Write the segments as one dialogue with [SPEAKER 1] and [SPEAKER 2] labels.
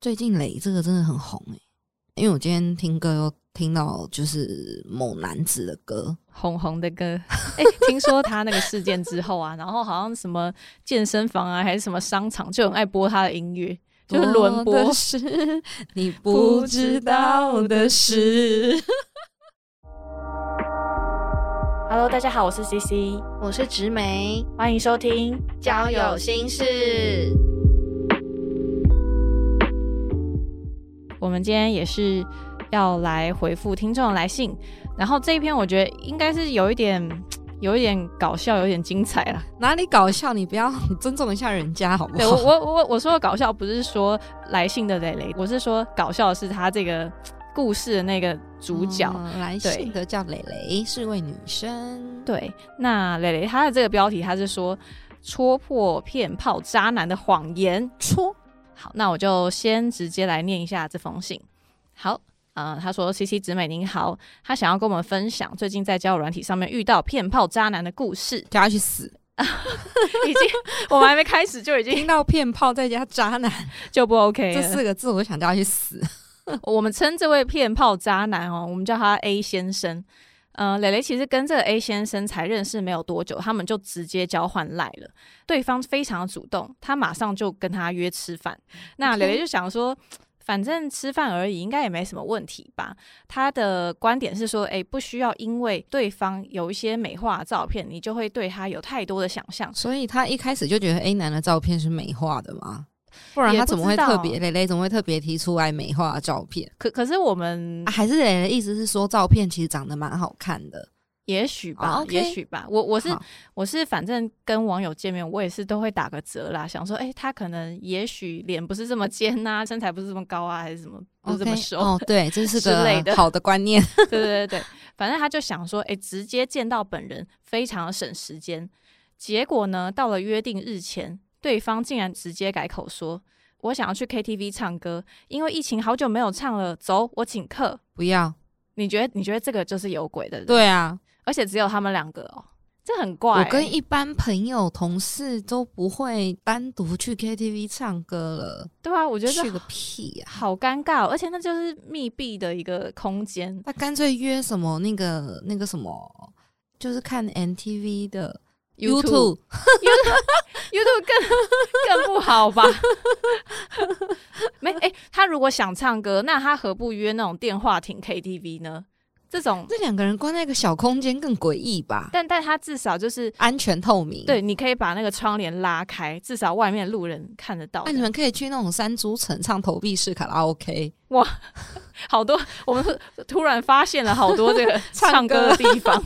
[SPEAKER 1] 最近磊这个真的很红哎、因为我今天听歌又听到就是某男子的歌，
[SPEAKER 2] 红红的歌。哎、听说他那个事件之后啊，然 后好像什么健身房啊，还是什么商场，就很爱播他的音乐，就是轮播。
[SPEAKER 1] 多的哦是 你不知道的事。
[SPEAKER 2] Hello，大家好，我是 CC，
[SPEAKER 1] 我是植梅，
[SPEAKER 2] 欢迎收听。
[SPEAKER 1] 交友心事。
[SPEAKER 2] 我们今天也是要来回复听众的来信，然后这一篇我觉得应该是有一点。有一点搞笑，有一点精彩啦。啊
[SPEAKER 1] 哪里搞笑？你不要， 你尊重一下人家好不
[SPEAKER 2] 对我
[SPEAKER 1] 好？
[SPEAKER 2] 我我我说的搞笑，不是说来信的蕾蕾，我是说搞笑的是他这个故事的那个主角。
[SPEAKER 1] 嗯来
[SPEAKER 2] 对
[SPEAKER 1] 信的叫蕾蕾，是位女生。
[SPEAKER 2] 对，那蕾蕾她的这个标题，她是说戳破骗炮渣男的谎言。戳。好，那我就先直接来念一下这封信。好，呃，他说：“C C 直美您好，他想要跟我们分享最近在交友软体上面遇到骗炮渣男的故事。
[SPEAKER 1] 叫他去死！
[SPEAKER 2] 已经， 我们还没开始就已经
[SPEAKER 1] 听到骗炮再加渣男
[SPEAKER 2] 就不 OK
[SPEAKER 1] 这
[SPEAKER 2] 了。
[SPEAKER 1] 四个字，我就想叫他去死。
[SPEAKER 2] 我们称这位骗炮渣男哦，我们叫他 A 先生。呃，蕾蕾其实跟这个 A 先生才认识没有多久，他们就直接交换赖了。对方非常主动，他马上就跟他约吃饭。那
[SPEAKER 1] OK
[SPEAKER 2] 蕾蕾就想说，反正吃饭而已，应该也没什么问题吧。他的观点是说，诶，不需要因为对方有一些美化的照片，你就会对他有太多的想象。
[SPEAKER 1] 所以他一开始就觉得 A 男的照片是美化的吗？不然他怎么会特
[SPEAKER 2] 也不知
[SPEAKER 1] 别
[SPEAKER 2] 道
[SPEAKER 1] 蕾蕾怎么会特别提出来美化的照片？
[SPEAKER 2] 可可是我们
[SPEAKER 1] 啊、还是蕾蕾的意思是说照片其实长得蛮好看的。
[SPEAKER 2] 也许吧，
[SPEAKER 1] 哦，OK
[SPEAKER 2] 也许吧。我我是
[SPEAKER 1] 好
[SPEAKER 2] 我是反正跟网友见面，我也是都会打个折啦，想说，哎、他可能也许脸不是这么尖呐、身材不是这么高啊，还是什么不是这么
[SPEAKER 1] OK，
[SPEAKER 2] 瘦
[SPEAKER 1] 哦，对，这是
[SPEAKER 2] 之类
[SPEAKER 1] 个
[SPEAKER 2] 的
[SPEAKER 1] 好的观念。
[SPEAKER 2] 对对对对，反正他就想说，哎、直接见到本人非常省时间。结果呢，到了约定日前，对方竟然直接改口说，我想要去 KTV 唱歌，因为疫情好久没有唱了，走，我请客。
[SPEAKER 1] 不要，
[SPEAKER 2] 你觉得你觉得这个就是有鬼的人？
[SPEAKER 1] 对啊，
[SPEAKER 2] 而且只有他们两个哦，这很怪、欸
[SPEAKER 1] 我跟一般朋友、同事都不会单独去 KTV 唱歌了，
[SPEAKER 2] 对啊，我觉得这
[SPEAKER 1] 去个屁 呀、
[SPEAKER 2] 好尴尬、哦，而且那就是密闭的一个空间。
[SPEAKER 1] 那干脆约什么那个那个什么，就是看 NTV 的
[SPEAKER 2] YouTube YouTube 更 更不好吧？没哎、他如果想唱歌，那他何不约那种电话亭 KTV 呢？这种，
[SPEAKER 1] 这两个人关在一个小空间更诡异吧？
[SPEAKER 2] 但但他至少就是
[SPEAKER 1] 安全透明。
[SPEAKER 2] 对，，你可以把那个窗帘拉开，至少外面路人看得到
[SPEAKER 1] 哎那、。你们可以去那种山猪城唱投币式卡拉 OK，
[SPEAKER 2] 好多，我们突然发现了好多这个唱
[SPEAKER 1] 唱歌
[SPEAKER 2] 歌的地方。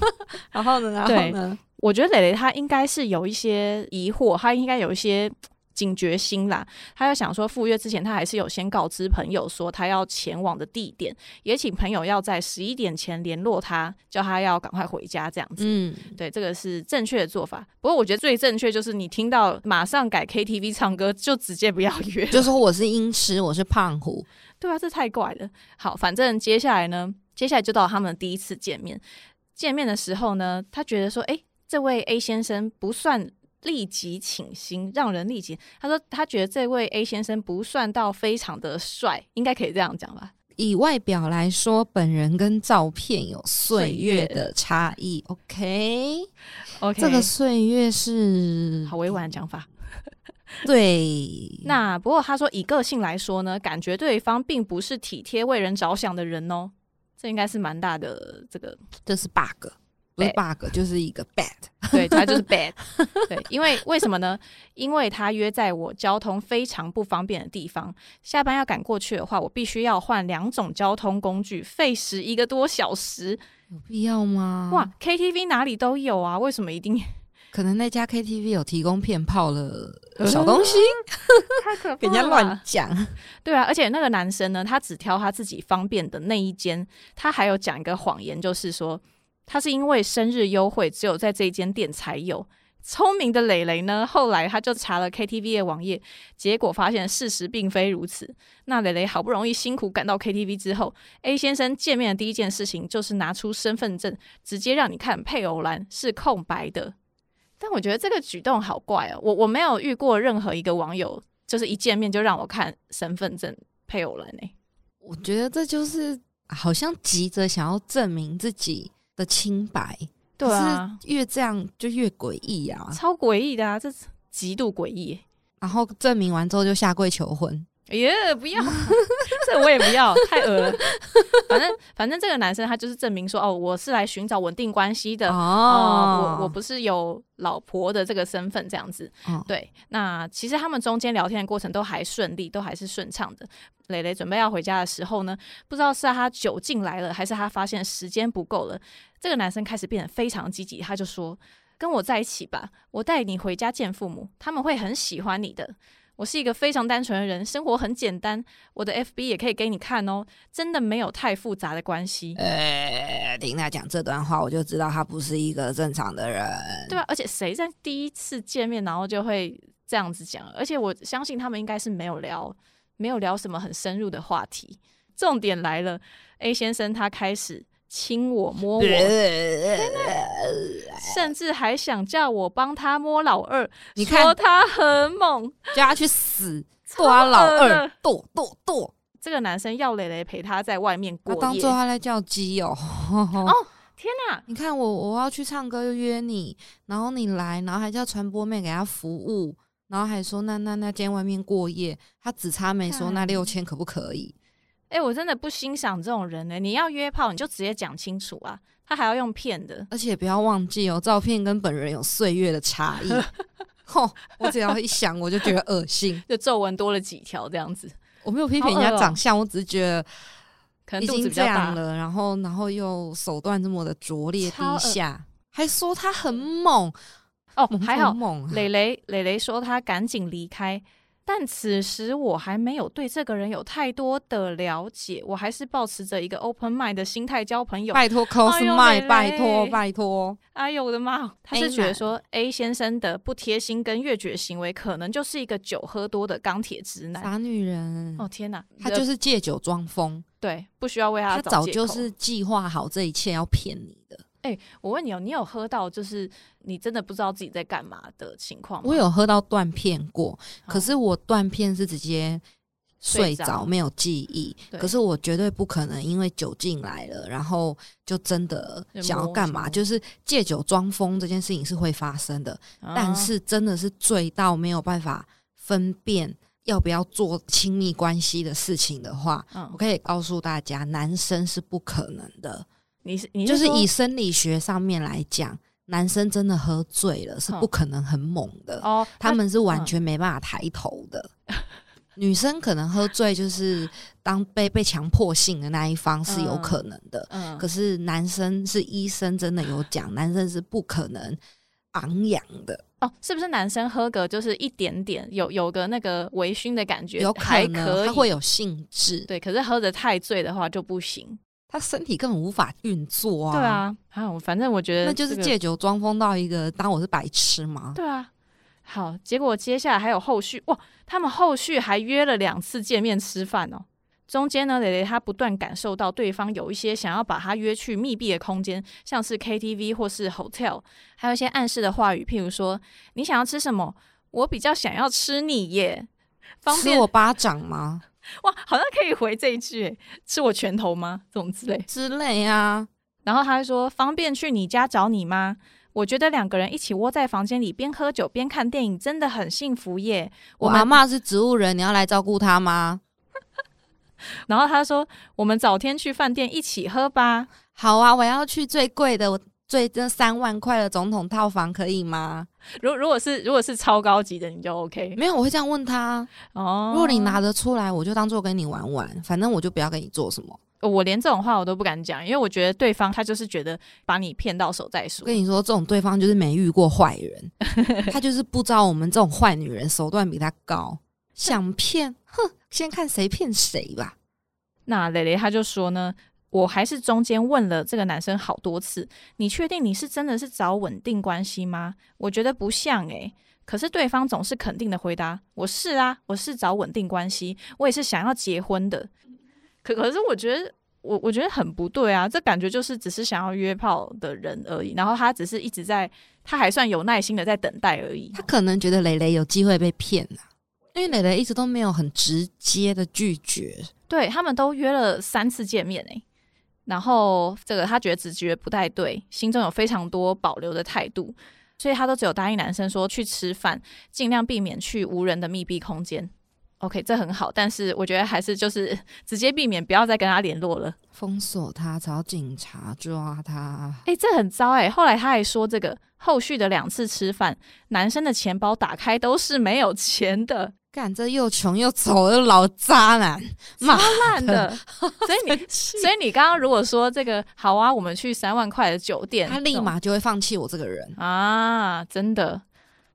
[SPEAKER 1] 然后呢，然
[SPEAKER 2] 对
[SPEAKER 1] 后呢，
[SPEAKER 2] 我觉得蕾蕾她应该是有一些疑惑，她应该有一些警觉心啦。她就想说，赴约之前，她还是有先告知朋友说她要前往的地点，也请朋友要在十一点前联络她，叫她要赶快回家这样子。
[SPEAKER 1] 嗯，
[SPEAKER 2] 对，这个是正确的做法。不过我觉得最正确就是你听到马上改 KTV 唱歌，就直接不要 约。
[SPEAKER 1] 就说我是阴湿，我是胖虎，
[SPEAKER 2] 对啊，这太怪了。好，反正接下来呢，接下来就到他们第一次见面。见面的时候呢，他觉得说，诶，这位 A 先生不算立即倾心，让人立即。他说，他觉得这位 A 先生不算到非常的帅，应该可以这样讲吧？
[SPEAKER 1] 以外表来说，本人跟照片有岁月
[SPEAKER 2] 岁月
[SPEAKER 1] 的差异。OK，,
[SPEAKER 2] OK，
[SPEAKER 1] 这个岁月是
[SPEAKER 2] 好委婉的讲法。
[SPEAKER 1] 对，
[SPEAKER 2] 那不过他说，以个性来说呢，感觉对方并不是体贴为人着想的人哦。这应该是蛮大的这个
[SPEAKER 1] 这是 bug，不是 bug，就是一个 bad。
[SPEAKER 2] 对他就是 bad，对， 因为为什么呢？因为他约在我交通非常不方便的地方，下班要赶过去的话，我必须要换两种交通工具，费时一个多小时。
[SPEAKER 1] 有必要吗？
[SPEAKER 2] 哇，，KTV 哪里都有啊，为什么一定
[SPEAKER 1] 可能那家 KTV 有提供骗炮的
[SPEAKER 2] 嗯
[SPEAKER 1] 小东 西，
[SPEAKER 2] 太可
[SPEAKER 1] 给人家乱？讲。
[SPEAKER 2] 对啊，而且那个男生呢，他只挑他自己方便的那一间，他还有讲一个谎言，就是说他是因为生日优惠只有在这一间店才有。聪明的磊磊呢，后来他就查了 KTV 的网页，结果发现事实并非如此。那磊磊好不容易辛苦赶到 KTV 之后，A 先生见面的第一件事情就是拿出身份证，直接让你看配偶栏是空白的。但我觉得这个举动好怪哦，我我没有遇过任何一个网友，就是一见面就让我看身份证配偶栏呢、
[SPEAKER 1] 我觉得这就是好像急着想要证明自己的清白，
[SPEAKER 2] 对啊，
[SPEAKER 1] 可是越这样就越诡异啊。
[SPEAKER 2] 超诡异的啊，这极度诡异
[SPEAKER 1] 然后证明完之后就下跪求婚，
[SPEAKER 2] 耶、哎呀不要， 这我也不要， 太恶了。反正反正这个男生他就是证明说，哦，我是来寻找稳定关系
[SPEAKER 1] 哦
[SPEAKER 2] 的，哦，我我不是有老婆的这个身份这样子。
[SPEAKER 1] 哦
[SPEAKER 2] 对，那其实他们中间聊天的过程都还顺利，都还是顺畅的。蕾蕾准备要回家的时候呢，不知道是他酒劲来了，还是他发现时间不够了，这个男生开始变得非常积极，他就说：“跟我在一起吧，我带你回家见父母，他们会很喜欢你的。”我是一个非常单纯的人，生活很简单。我的 FB 也可以给你看哦，真的没有太复杂的关系。
[SPEAKER 1] 呃，听他讲这段话，我就知道他不是一个正常的人。
[SPEAKER 2] 对啊，而且谁在第一次见面然后就会这样子讲？而且我相信他们应该是没有聊，没有聊什么很深入的话题。重点来了，A 先生他开始亲我、摸
[SPEAKER 1] 呃
[SPEAKER 2] 我，甚至还想叫我帮他摸老二，
[SPEAKER 1] 你
[SPEAKER 2] 说
[SPEAKER 1] 看，
[SPEAKER 2] 他很猛。
[SPEAKER 1] 叫他去死，剁他老
[SPEAKER 2] 超恶的
[SPEAKER 1] 二，剁剁剁，
[SPEAKER 2] 这个男生要蕾蕾陪他在外面过
[SPEAKER 1] 他当
[SPEAKER 2] 夜
[SPEAKER 1] 做。他在叫鸡哦。
[SPEAKER 2] 天哪、
[SPEAKER 1] 你看我，我要去唱歌又约你，然后你来，然后还叫传播妹给他服务，然后还说那那那今天外面过夜，他只差没说
[SPEAKER 2] 干
[SPEAKER 1] 那六千可不可以？
[SPEAKER 2] 哎、我真的不欣赏这种人呢、你要约炮，你就直接讲清楚啊！他还要用骗的，
[SPEAKER 1] 而且不要忘记哦，照片跟本人有岁月的差异。吼，我只要一想我就觉得恶心。
[SPEAKER 2] 就皱纹多了几条这样子，
[SPEAKER 1] 我没有批评人
[SPEAKER 2] 好恶
[SPEAKER 1] 家
[SPEAKER 2] 哦
[SPEAKER 1] 长相，我只是觉得
[SPEAKER 2] 可能
[SPEAKER 1] 已
[SPEAKER 2] 肚子
[SPEAKER 1] 经
[SPEAKER 2] 比
[SPEAKER 1] 这
[SPEAKER 2] 较
[SPEAKER 1] 样
[SPEAKER 2] 大。
[SPEAKER 1] 了，然后然后又手段这么的拙劣
[SPEAKER 2] 超恶
[SPEAKER 1] 低下，还说他很猛，
[SPEAKER 2] 哦
[SPEAKER 1] 猛，
[SPEAKER 2] 还好
[SPEAKER 1] 很 猛啊，
[SPEAKER 2] 磊磊，磊磊说他赶紧离开，但此时我还没有对这个人有太多的了解，我还是保持着一个 open mind 的心态交朋友。
[SPEAKER 1] 拜托 close
[SPEAKER 2] 哎呦
[SPEAKER 1] my，、
[SPEAKER 2] 蕾
[SPEAKER 1] 拜托
[SPEAKER 2] 蕾
[SPEAKER 1] 拜托，
[SPEAKER 2] 哎呦我的妈！他
[SPEAKER 1] A
[SPEAKER 2] 是觉得
[SPEAKER 1] 男
[SPEAKER 2] 说 A 先生的不贴心跟越矩行为，可能就是一个酒喝多的钢铁直男。
[SPEAKER 1] 傻女人，
[SPEAKER 2] 哦天哪，
[SPEAKER 1] 她嗯
[SPEAKER 2] 惹
[SPEAKER 1] 就是借酒装疯，
[SPEAKER 2] 对，不需要为
[SPEAKER 1] 她
[SPEAKER 2] 他
[SPEAKER 1] 早
[SPEAKER 2] 找借
[SPEAKER 1] 就
[SPEAKER 2] 口
[SPEAKER 1] 是计划好这一切要骗你的。
[SPEAKER 2] 我问你哦，你有喝到就是你真的不知道自己在干嘛的情况吗？
[SPEAKER 1] 我有喝到断片过，
[SPEAKER 2] 哦
[SPEAKER 1] 可是我断片是直接睡
[SPEAKER 2] 睡着
[SPEAKER 1] 着，没有记忆。
[SPEAKER 2] 对
[SPEAKER 1] 可是我绝对不可能因为酒进来了，然后就真的
[SPEAKER 2] 就
[SPEAKER 1] 想要
[SPEAKER 2] 摸
[SPEAKER 1] 干
[SPEAKER 2] 什
[SPEAKER 1] 嘛？
[SPEAKER 2] 么
[SPEAKER 1] 就是借酒装疯这件事情是会发生的，
[SPEAKER 2] 啊，
[SPEAKER 1] 但是真的是醉到没有办法分辨要不要做亲密关系的事情的话，我
[SPEAKER 2] 嗯，
[SPEAKER 1] 可以告诉大家，男生是不可能的。
[SPEAKER 2] 你是你
[SPEAKER 1] 就是
[SPEAKER 2] 说
[SPEAKER 1] 以生理学上面来讲，男生真的喝醉了是
[SPEAKER 2] 哼
[SPEAKER 1] 不可能很猛的，
[SPEAKER 2] 哦，
[SPEAKER 1] 他们是完
[SPEAKER 2] 嗯
[SPEAKER 1] 全没办法抬头的。女生可能喝醉，就是当被被强迫性的那一方是有
[SPEAKER 2] 嗯
[SPEAKER 1] 可能的。
[SPEAKER 2] 嗯
[SPEAKER 1] 可是男生是医生，真的有讲，男生是不可能昂扬的，
[SPEAKER 2] 哦，是不是男生喝个就是一点点有有个那个微醺的感觉，
[SPEAKER 1] 有
[SPEAKER 2] 还
[SPEAKER 1] 可能
[SPEAKER 2] 以
[SPEAKER 1] 他会有兴致，
[SPEAKER 2] 对，可是喝的太醉的话就不行。
[SPEAKER 1] 他身体根本无法运作啊。
[SPEAKER 2] 对，啊，啊，我反正我觉得
[SPEAKER 1] 那就是
[SPEAKER 2] 这个
[SPEAKER 1] 借酒装疯到一个当我是白痴吗？
[SPEAKER 2] 对啊。好，结果接下来还有后续哇，他们后续还约了两次见面吃饭哦。中间呢，蕾蕾她不断感受到对方有一些想要把她约去密闭的空间，像是 KTV 或是 hotel，还有一些暗示的话语，譬如说你想要吃什么，我比较想要吃你耶，方
[SPEAKER 1] 吃
[SPEAKER 2] 便
[SPEAKER 1] 我巴掌吗？
[SPEAKER 2] 哇，好像可以回这一句欸，是我拳头吗？这种之类。
[SPEAKER 1] 之类啊。
[SPEAKER 2] 然后他会说，方便去你家找你吗？我觉得两个人一起窝在房间里，边喝酒边看电影，真的很幸福耶。
[SPEAKER 1] 我
[SPEAKER 2] 们
[SPEAKER 1] 阿妈是植物人，你要来照顾她吗？
[SPEAKER 2] 然后他说，我们早天去饭店一起喝吧。
[SPEAKER 1] 好啊，我要去最贵的，我最这三万块的总统套房可以吗？
[SPEAKER 2] 如如果是如果是超高级的，你就 OK
[SPEAKER 1] 没有，我会这样问他。
[SPEAKER 2] 哦。
[SPEAKER 1] 如果你拿得出来，我就当做跟你玩玩，反正我就不要跟你做什么。
[SPEAKER 2] 我连这种话我都不敢讲，因为我觉得对方他就是觉得把你骗到手再
[SPEAKER 1] 我
[SPEAKER 2] 说
[SPEAKER 1] 跟。你说，这种对方就是没遇过坏人，他就是不知道我们这种坏女人手段比他高，想骗，哼，先看谁骗谁吧。
[SPEAKER 2] 那蕾蕾她就说呢，我还是中间问了这个男生好多次，你确定你是真的是找稳定关系吗？我觉得不像诶、欸可是对方总是肯定的回答：“我是啊，我是找稳定关系，我也是想要结婚的。可”可是我觉得，我我觉得很不对啊，这感觉就是只是想要约炮的人而已。然后他只是一直在，他还算有耐心的在等待而已
[SPEAKER 1] 他。可能觉得蕾蕾有机会被骗了、啊因为蕾蕾一直都没有很直接的拒绝，
[SPEAKER 2] 对他们都约了三次见面诶、欸然后这个他觉得直觉不太对，心中有非常多保留的态度，所以他都只有答应男生说去吃饭，尽量避免去无人的密闭空间。OK，这很好，但是我觉得还是就是直接避免，不要再跟他联络了。
[SPEAKER 1] 封锁他，找警察抓他。
[SPEAKER 2] 诶，这很糟诶、欸后来他还说，这个后续的两次吃饭，男生的钱包打开都是没有钱的，
[SPEAKER 1] 干这又穷又丑的老渣男，妈
[SPEAKER 2] 烂的。 所以你，所以你刚刚如果说这个好啊，我们去三万块的酒店，
[SPEAKER 1] 他立马就会放弃我这个人。
[SPEAKER 2] 啊，真的。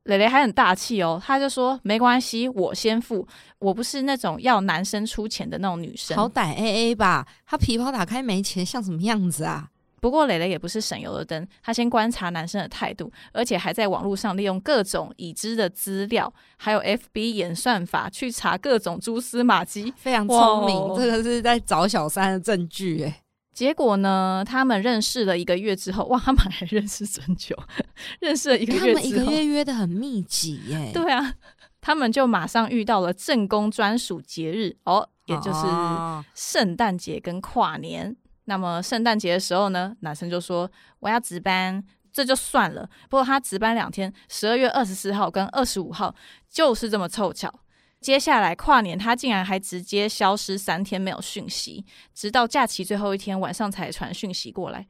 [SPEAKER 2] 蕾蕾还很大气哦，她就说没关系，我先付，我不是那种要男生出钱的那种女生。
[SPEAKER 1] 好歹 A A 吧，他皮包打开没钱，像什么样子啊？
[SPEAKER 2] 不过蕾蕾也不是省油的灯，她先观察男生的态度，而且还在网络上利用各种已知的资料，还有 FB 演算法去查各种蛛丝马迹。
[SPEAKER 1] 非常聪明，
[SPEAKER 2] 哇哦
[SPEAKER 1] 这个是在找小三的证据哎、
[SPEAKER 2] 结果呢，他们认识了一个月之后， 哇，他们还认识真久， 认识了一个
[SPEAKER 1] 他
[SPEAKER 2] 月
[SPEAKER 1] 们一
[SPEAKER 2] 之
[SPEAKER 1] 个
[SPEAKER 2] 后，
[SPEAKER 1] 月约的很密集耶、
[SPEAKER 2] 对啊，他们就马上遇到了正宫专属节日哦，也就是
[SPEAKER 1] 哦
[SPEAKER 2] 圣诞节跟跨年。那么圣诞节的时候呢，男生就说我要值班，这就算了。不过他值班两天，十二月二十四号跟二十五号，就是这么凑巧。接下来跨年，他竟然还直接消失三天没有讯息，直到假期最后一天晚上才传讯息过来。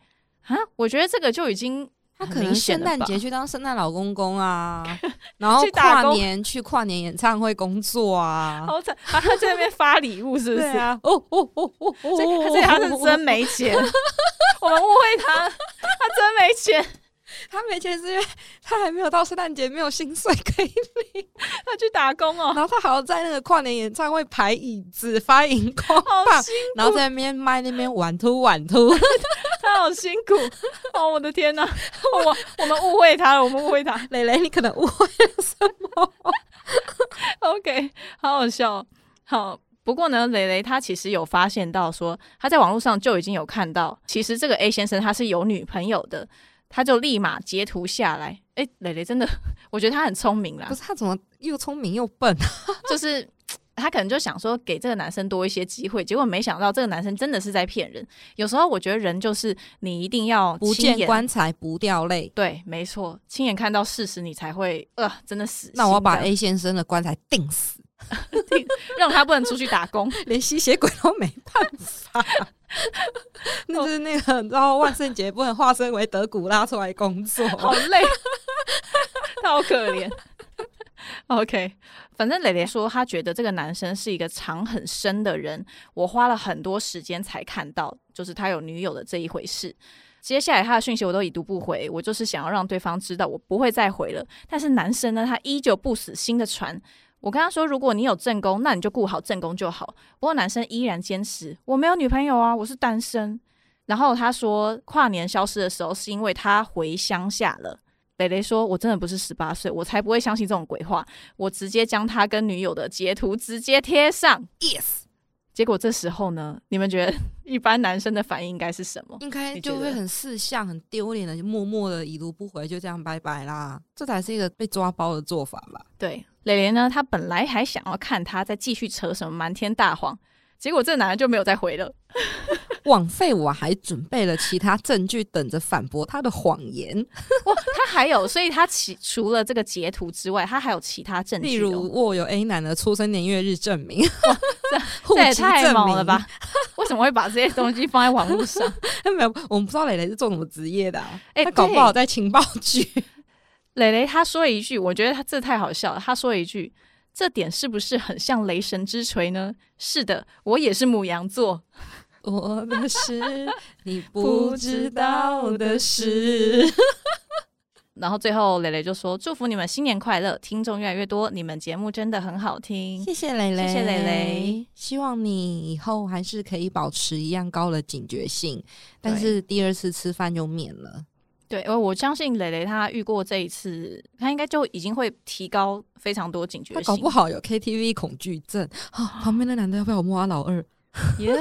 [SPEAKER 2] 啊，我觉得这个就已经
[SPEAKER 1] 他
[SPEAKER 2] 很
[SPEAKER 1] 可能
[SPEAKER 2] 明显
[SPEAKER 1] 圣
[SPEAKER 2] 了
[SPEAKER 1] 诞
[SPEAKER 2] 吧
[SPEAKER 1] 节去当圣诞老公公 啊，然后
[SPEAKER 2] 去打
[SPEAKER 1] 跨
[SPEAKER 2] 工
[SPEAKER 1] 年去跨年演唱会工作啊。
[SPEAKER 2] 好惨，啊他在那边发礼物是不是？
[SPEAKER 1] 对啊，哦哦哦哦哦，
[SPEAKER 2] 所以所以他是真没钱， 我们误会他，他真没钱，
[SPEAKER 1] 他没钱是因为他还没有到圣诞节，没有薪水可以，
[SPEAKER 2] 他去打工哦
[SPEAKER 1] 然，后他还要在那个跨年演唱会排椅子、发荧光
[SPEAKER 2] 好
[SPEAKER 1] 棒，
[SPEAKER 2] 辛
[SPEAKER 1] 然后在那边卖那边玩突玩突，
[SPEAKER 2] 他好辛苦哦，我的天哪，哦我我们误会他了，我们误会他
[SPEAKER 1] 蕾蕾，你可能误会了什么？
[SPEAKER 2] ，OK，好好笑哦、好。不过呢，蕾蕾她其实有发现到说，她在网络上就已经有看到，其实这个 A 先生他是有女朋友的，他就立马截图下来。诶，蕾蕾真的，我觉得她很聪明啦
[SPEAKER 1] 不，是他怎么又聪明又笨啊？
[SPEAKER 2] 就是他可能就想说给这个男生多一些机会，结果没想到这个男生真的是在骗人。有时候我觉得人就是你一定要
[SPEAKER 1] 不
[SPEAKER 2] 亲
[SPEAKER 1] 见
[SPEAKER 2] 眼
[SPEAKER 1] 棺材不掉泪。
[SPEAKER 2] 对，没错，亲眼看到事实，你才会呃，真的死心这
[SPEAKER 1] 那
[SPEAKER 2] 样。
[SPEAKER 1] 我要把哎 A 先生的棺材钉死，
[SPEAKER 2] 让他不能出去打工。
[SPEAKER 1] 连吸血鬼都没办法。那就是那个，然后万圣节不能化身为德古拉出来工作。
[SPEAKER 2] 好累， 他好可怜。OK，反正蕾蕾说，她觉得这个男生是一个藏很深的人，我花了很多时间才看到，就是他有女友的这一回事。接下来他的讯息我都已读不回，我就是想要让对方知道我不会再回了。但是男生呢，他依旧不死心的传。我跟他说，如果你有正宫，那你就顾好正宫就好。不过男生依然坚持，我没有女朋友啊，我是单身。然后他说，跨年消失的时候是因为他回乡下了。蕾蕾说：“我真的不是十八岁，我才不会相信这种鬼话。我直接将他跟女友的截图直接贴上。
[SPEAKER 1] yes，
[SPEAKER 2] 结果这时候呢，你们觉得 一般男生的反应应该是什么？
[SPEAKER 1] 应该
[SPEAKER 2] 你
[SPEAKER 1] 就
[SPEAKER 2] 觉
[SPEAKER 1] 会
[SPEAKER 2] 得
[SPEAKER 1] 很识相、很丢脸的，就默默的已读不回，就这样拜拜啦。这才是一个被抓包的做法吧？
[SPEAKER 2] 对，蕾蕾呢，她本来还想要看他再继续扯什么瞒天大谎，结果这男的就没有再回了。
[SPEAKER 1] 枉费我还准备了其他证据等着反驳他的谎言，
[SPEAKER 2] 哇，他还有，所以他其除了这个截图之外，他还有其他证据、哦，
[SPEAKER 1] 例如我有 A 男的出生年月日证明， 户
[SPEAKER 2] 这也
[SPEAKER 1] 籍
[SPEAKER 2] 太
[SPEAKER 1] 证
[SPEAKER 2] 猛
[SPEAKER 1] 明
[SPEAKER 2] 了吧？？ 为什么会把这些东西放在网络上？
[SPEAKER 1] 没有，我们不知道蕾蕾是做什么职业的、啊，
[SPEAKER 2] 哎、
[SPEAKER 1] 他搞不
[SPEAKER 2] 对
[SPEAKER 1] 好在情报局。
[SPEAKER 2] 蕾蕾她说一句，我觉得她这太好笑了。她说一句，这点是不是很像雷神之锤呢？是的，我也是母羊座。
[SPEAKER 1] 我的事，你不知道的事。
[SPEAKER 2] 然后最后蕾蕾就说：“祝福你们新年快乐，听众越来越多，你们节目真的很好听。
[SPEAKER 1] 谢谢蕾蕾，
[SPEAKER 2] 谢谢蕾蕾。
[SPEAKER 1] 希望你以后还是可以保持一样高的警觉性，但
[SPEAKER 2] 对
[SPEAKER 1] 是第二次吃饭就免了。
[SPEAKER 2] 对，呃我我相信蕾蕾她遇过这一次，她应该就已经会提高非常多警觉
[SPEAKER 1] 他
[SPEAKER 2] 性。
[SPEAKER 1] 搞不好有 KTV 恐惧症啊！旁边那男的要不要我摸他老二？
[SPEAKER 2] 耶！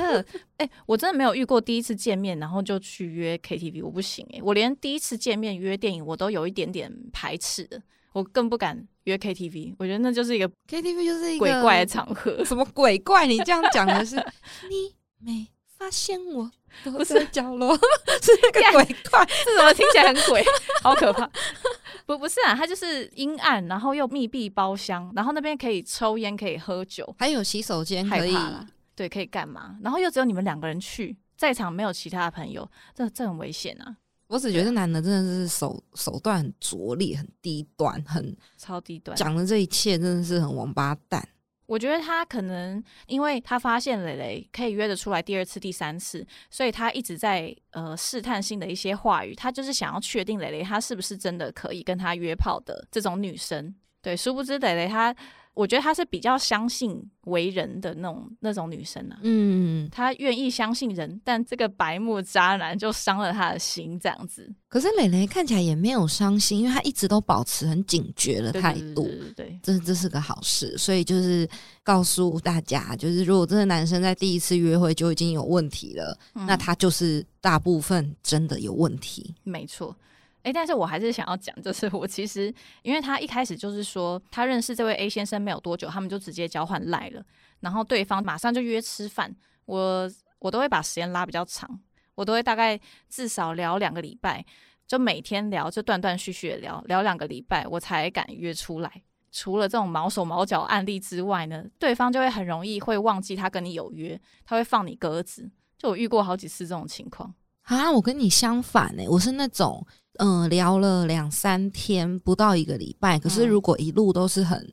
[SPEAKER 2] 哎、我真的没有遇过第一次见面，然后就去约 KTV，我不行哎、我连第一次见面约电影我都有一点点排斥的，我更不敢约 KTV，我觉得那就是一个
[SPEAKER 1] KTV 就是一个
[SPEAKER 2] 鬼怪的场合。
[SPEAKER 1] 什么鬼怪？你这样讲的是 你没发现我躲在角落， 是那 个鬼怪。
[SPEAKER 2] 这怎么听起来很鬼，好可怕！ 不不是啊，它就是阴暗，然后又密闭包厢，然后那边可以抽烟，可以喝酒，
[SPEAKER 1] 还有洗手间
[SPEAKER 2] 害
[SPEAKER 1] 可以
[SPEAKER 2] 怕啦。对，可以干嘛？然后又只有你们两个人去，在场没有其他的朋友，这这很危险啊，
[SPEAKER 1] 我只觉得男的真的是手手段很拙劣、很低端、很
[SPEAKER 2] 超低端。
[SPEAKER 1] 讲的这一切真的是很王八蛋。
[SPEAKER 2] 我觉得他可能因为他发现蕾蕾可以约得出来第二次、第三次，所以他一直在呃试探性的一些话语，他就是想要确定蕾蕾她是不是真的可以跟他约炮的这种女生。对，殊不知蕾蕾她，我觉得她是比较相信为人的那种那种女生啊。
[SPEAKER 1] 嗯，
[SPEAKER 2] 她愿意相信人，但这个白目渣男就伤了她的心，这样子。
[SPEAKER 1] 可是蕾蕾看起来也没有伤心，因为她一直都保持很警觉的
[SPEAKER 2] 对
[SPEAKER 1] 态
[SPEAKER 2] 对
[SPEAKER 1] 度。
[SPEAKER 2] 对对对，
[SPEAKER 1] 这这是个好事，所以就是告诉大家，就是如果真的男生在第一次约会就已经有问题了，
[SPEAKER 2] 嗯
[SPEAKER 1] 那他就是大部分真的有问题。
[SPEAKER 2] 没错。诶，但是我还是想要讲，就是我其实，因为他一开始就是说，他认识这位 A 先生没有多久，他们就直接交换赖了，然后对方马上就约吃饭，我我都会把时间拉比较长，我都会大概至少聊两个礼拜，就每天聊，就断断续续的聊聊两个礼拜，我才敢约出来。除了这种毛手毛脚案例之外呢，对方就会很容易会忘记他跟你有约，他会放你鸽子。就我遇过好几次这种情况。
[SPEAKER 1] 啊，我跟你相反欸呢、我是那种，嗯、聊了两三天不到一个礼拜，可是
[SPEAKER 2] 嗯
[SPEAKER 1] 如果一路都是很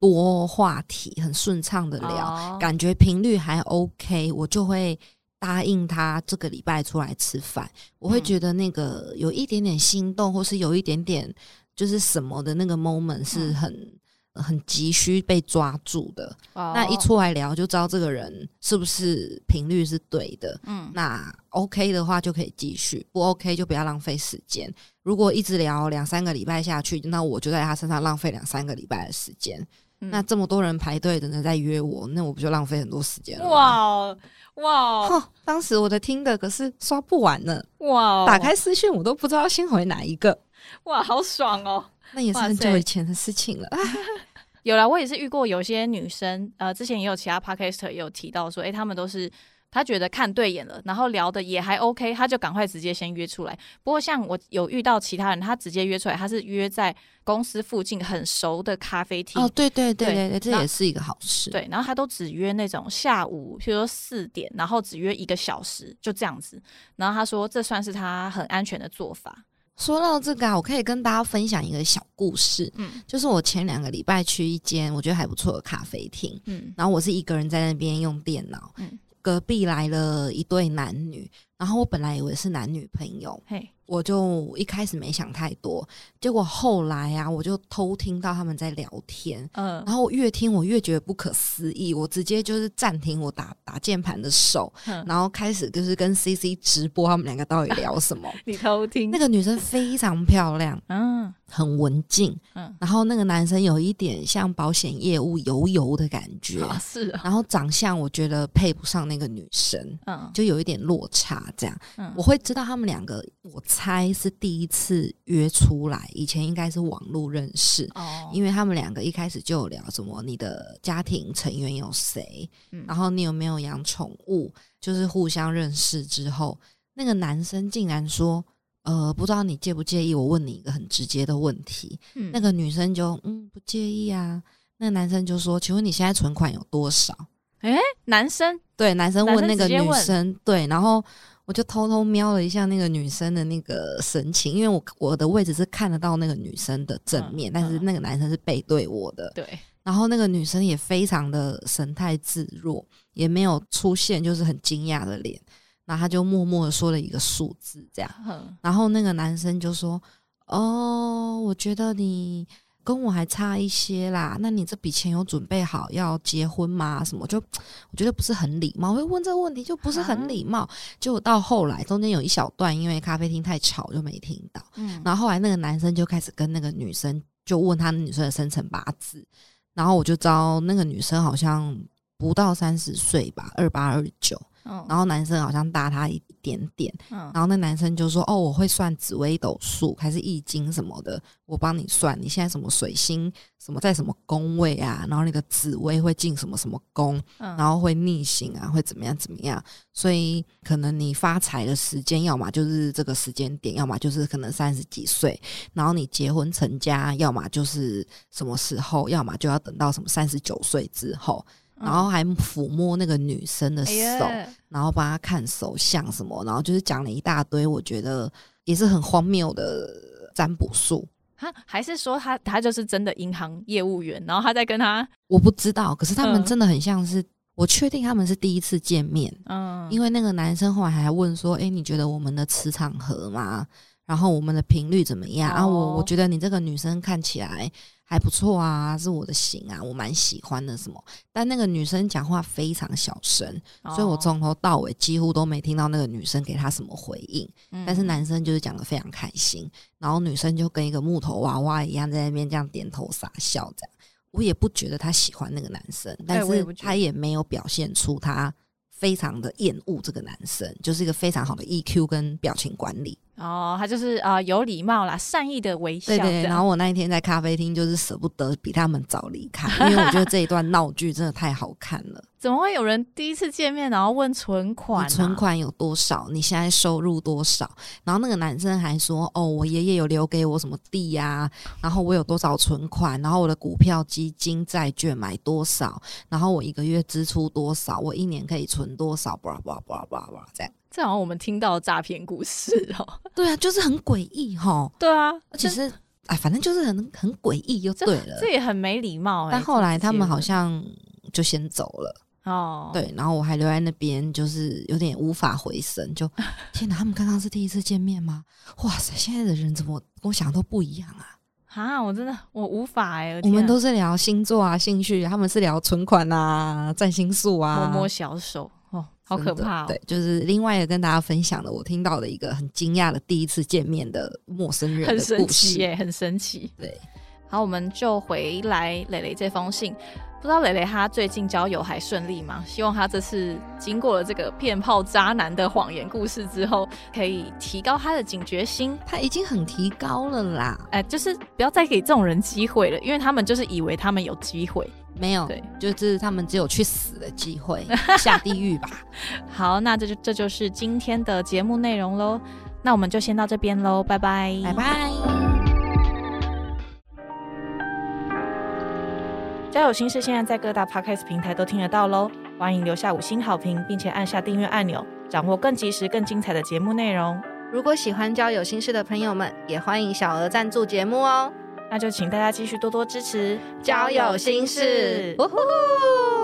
[SPEAKER 1] 多话题、很顺畅的聊，
[SPEAKER 2] 哦
[SPEAKER 1] 感觉频率还 OK，我就会答应他这个礼拜出来吃饭。我会
[SPEAKER 2] 嗯
[SPEAKER 1] 觉得那个有一点点心动，或是有一点点就是什么的那个 moment 是
[SPEAKER 2] 嗯
[SPEAKER 1] 很。很急需被抓住的，那一
[SPEAKER 2] 哦
[SPEAKER 1] 出来聊就知道这个人是不是频率是对的。
[SPEAKER 2] 嗯，
[SPEAKER 1] 那 OK 的话就可以继续，不 OK 就不要浪费时间。如果一直聊两三个礼拜下去，那我就在他身上浪费两三个礼拜的时间。
[SPEAKER 2] 嗯
[SPEAKER 1] 那这么多人排队等着在约我，那我不就浪费很多时间了？！
[SPEAKER 2] 哇哦 哇
[SPEAKER 1] 哦，当时我的听的可是刷不完呢，
[SPEAKER 2] 哇，
[SPEAKER 1] 打开私讯我都不知道先回哪一个，
[SPEAKER 2] 哦哇，好爽哦！
[SPEAKER 1] 那也是
[SPEAKER 2] 哇
[SPEAKER 1] 很久
[SPEAKER 2] 塞
[SPEAKER 1] 以前的事情了。啊
[SPEAKER 2] 有啦，我也是遇过有些女生，呃，之前也有其他 podcaster 也有提到说，诶，她们都是她觉得看对眼了，然后聊的也还 OK，她就赶快直接先约出来。不过像我有遇到其他人，她直接约出来，她是约在公司附近很熟的咖啡 厅。
[SPEAKER 1] 哦，对对对
[SPEAKER 2] 对
[SPEAKER 1] 对对，这
[SPEAKER 2] 那
[SPEAKER 1] 也是一个好事。，
[SPEAKER 2] 对，然后他都只约那种下午，譬如说四点，然后只约一个小时，就这样子。然后他说，这算是他很安全的做法。
[SPEAKER 1] 说到这个啊，我可以跟大家分享一个小故事，
[SPEAKER 2] 嗯
[SPEAKER 1] 就是我前两个礼拜去一间我觉得还不错的咖啡厅，
[SPEAKER 2] 嗯
[SPEAKER 1] 然后我是一个人在那边用电脑，
[SPEAKER 2] 嗯，
[SPEAKER 1] 隔壁来了一对男女，然后我本来以为是男女朋友，
[SPEAKER 2] 嘿，
[SPEAKER 1] 我就一开始没想太多，结果后来啊，我就偷听到他们在聊天。
[SPEAKER 2] 嗯
[SPEAKER 1] 然后我越听我越觉得不可思议，我直接就是暂停我打打键盘的手，
[SPEAKER 2] 哼
[SPEAKER 1] 然后开始就是跟 C C 直播他们两个到底聊什么。
[SPEAKER 2] 你偷听
[SPEAKER 1] 那个女生非常漂亮，
[SPEAKER 2] 嗯
[SPEAKER 1] 很文静，
[SPEAKER 2] 嗯，
[SPEAKER 1] 然后那个男生有一点像保险业务油油的感 觉，
[SPEAKER 2] 啊是啊，
[SPEAKER 1] 然后长相我觉得配不上那个女生，
[SPEAKER 2] 嗯
[SPEAKER 1] 就有一点落差。这样
[SPEAKER 2] 嗯，
[SPEAKER 1] 我会知道他们两个，我猜是第一次约出来，以前应该是网络认识。
[SPEAKER 2] 哦
[SPEAKER 1] 因为他们两个一开始就有聊什么，你的家庭成员有谁，
[SPEAKER 2] 嗯
[SPEAKER 1] 然后你有没有养宠物，就是互相认识之后，那个男生竟然说，呃，不知道你介不介意，我问你一个很直接的问题，那
[SPEAKER 2] 那
[SPEAKER 1] 个女生就嗯不介意啊，那个男生就说：“请问你现在存款有多少
[SPEAKER 2] 男生？”
[SPEAKER 1] 对，男生问那
[SPEAKER 2] 男生
[SPEAKER 1] 个
[SPEAKER 2] 直接
[SPEAKER 1] 女
[SPEAKER 2] 问
[SPEAKER 1] 生，对，然后我就偷偷瞄了一下那个女生的那个神情，因为我我的位置是看得到那个女生的正
[SPEAKER 2] 嗯
[SPEAKER 1] 面，但是
[SPEAKER 2] 嗯
[SPEAKER 1] 那个男生是背对我的，
[SPEAKER 2] 对，
[SPEAKER 1] 然后那个女生也非常的神态自若，也没有出现就是很惊讶的脸，然后他就默默的说了一个数字，这样。
[SPEAKER 2] 嗯
[SPEAKER 1] 然后那个男生就说：“哦，我觉得你跟我还差一些啦，那你这笔钱有准备好要结婚吗？什么？就我觉得不是很礼貌，会问这个问题就不是很礼貌。结果到后来中间有一小段，因为咖啡厅太吵就没听到。
[SPEAKER 2] 嗯，
[SPEAKER 1] 然后后来那个男生就开始跟那个女生就问他女生的生辰八字，然后我就知道那个女生好像。不到三十岁吧，二八二九，
[SPEAKER 2] 嗯
[SPEAKER 1] 然后男生好像大他一点点，
[SPEAKER 2] 嗯
[SPEAKER 1] 然后那男生就说：“哦，我会算紫微斗数，还是易经什么的，我帮你算。你现在什么水星什么在什么宫位啊？然后那个紫微会进什么什么宫，
[SPEAKER 2] 嗯，
[SPEAKER 1] 然后会逆行啊，会怎么样怎么样？所以可能你发财的时间，要么就是这个时间点，要么就是可能三十几岁，然后你结婚成家，要么就是什么时候，要么就要等到什么三十九岁之后，
[SPEAKER 2] 嗯
[SPEAKER 1] 然后还抚摸那个女生的
[SPEAKER 2] 哎
[SPEAKER 1] 手，
[SPEAKER 2] 呀
[SPEAKER 1] 然后帮她看手相什么，然后就是讲了一大堆，我觉得也是很荒谬的占卜术。
[SPEAKER 2] 他还是说他他就是真的银行业务员，然后他在跟他
[SPEAKER 1] 我不知道，可是他们
[SPEAKER 2] 嗯
[SPEAKER 1] 真的很像是，我确定他们是第一次见面，
[SPEAKER 2] 嗯，
[SPEAKER 1] 因为那个男生后来还问说：“诶，你觉得我们的磁场合吗？然后我们的频率怎么样？”啊，我我
[SPEAKER 2] 哦
[SPEAKER 1] 觉得你这个女生看起来还不错啊，是我的型啊，我蛮喜欢的什么。但那个女生讲话非常小声，所以我
[SPEAKER 2] 哦，
[SPEAKER 1] 从头到尾几乎都没听到那个女生给他什么回应。
[SPEAKER 2] 嗯
[SPEAKER 1] 但是男生就是讲的非常开心，然后女生就跟一个木头娃娃一样在那边这样点头傻笑这样。我也不觉得他喜欢那个男生，但
[SPEAKER 2] 我也
[SPEAKER 1] 是
[SPEAKER 2] 不觉得
[SPEAKER 1] 他也没有表现出他非常的厌恶这个男生，就是一个非常好的 EQ 跟表情管理。
[SPEAKER 2] 哦，他就是啊、呃有礼貌啦，善意的微笑
[SPEAKER 1] 对
[SPEAKER 2] 这样，
[SPEAKER 1] 对，然后我那一天在咖啡厅就是舍不得比他们早离开，因为我觉得这一段闹剧真的太好看了。
[SPEAKER 2] 怎么会有人第一次见面然后问存款、啊？
[SPEAKER 1] 你存款有多少？你现在收入多少？然后那个男生还说：“哦，我爷爷有留给我什么地呀、然后我有多少存款？然后我的股票、基金、债券买多少？然后我一个月支出多少？我一年可以存多少？巴拉巴拉巴拉巴拉巴拉这样。
[SPEAKER 2] 这好像我们听到的诈骗故事哦。
[SPEAKER 1] 对啊，就是很诡异哈，
[SPEAKER 2] 对啊，
[SPEAKER 1] 其实哎，反正就是很很诡异就对了。
[SPEAKER 2] 这也很没礼貌、欸。
[SPEAKER 1] 但后来他们好
[SPEAKER 2] 这直
[SPEAKER 1] 像就先走了。
[SPEAKER 2] 接问哦，，
[SPEAKER 1] 对，然后我还留在那边，就是有点无法回神。 就天哪，他们刚刚是第一次见面吗？哇塞，现在的人怎么跟我想的都不一样啊！
[SPEAKER 2] 啊，我真的我无法哎、
[SPEAKER 1] 我们
[SPEAKER 2] 天啊
[SPEAKER 1] 都是聊星座啊、兴趣，他们是聊存款啊、占星术啊，
[SPEAKER 2] 摸摸小手哦，好可
[SPEAKER 1] 真的
[SPEAKER 2] 怕、哦。
[SPEAKER 1] 对，就是另外一个跟大家分享的，我听到的一个很惊讶的第一次见面的陌生人
[SPEAKER 2] 很
[SPEAKER 1] 的
[SPEAKER 2] 神
[SPEAKER 1] 故
[SPEAKER 2] 奇耶、
[SPEAKER 1] 事。
[SPEAKER 2] 很神奇。
[SPEAKER 1] 对，
[SPEAKER 2] 好，我们就回来磊磊这封信。不知道磊磊他最近交友还顺利吗？希望他这次经过了这个骗炮渣男的谎言故事之后，可以提高他的警觉心。
[SPEAKER 1] 他已经很提高了啦，
[SPEAKER 2] 哎、就是不要再给这种人机会了，因为他们就是以为他们有机会。
[SPEAKER 1] 没有，
[SPEAKER 2] 对，
[SPEAKER 1] 就是他们只有去死的机 会，下地狱吧。
[SPEAKER 2] 好，那这就这就是今天的节目内容喽。那我们就先到这边喽，拜拜，
[SPEAKER 1] 拜。拜。
[SPEAKER 2] 交友心事现在在各大 podcast 平台都听得到喽，欢迎留下五星好评，并且按下订阅按钮，掌握更及时、更精彩的节目内容。
[SPEAKER 1] 如果喜欢交友心事的朋友们，也欢迎小额赞助节目哦。
[SPEAKER 2] 那就请大家继续多多支持
[SPEAKER 1] 交友心事，呜呼呼！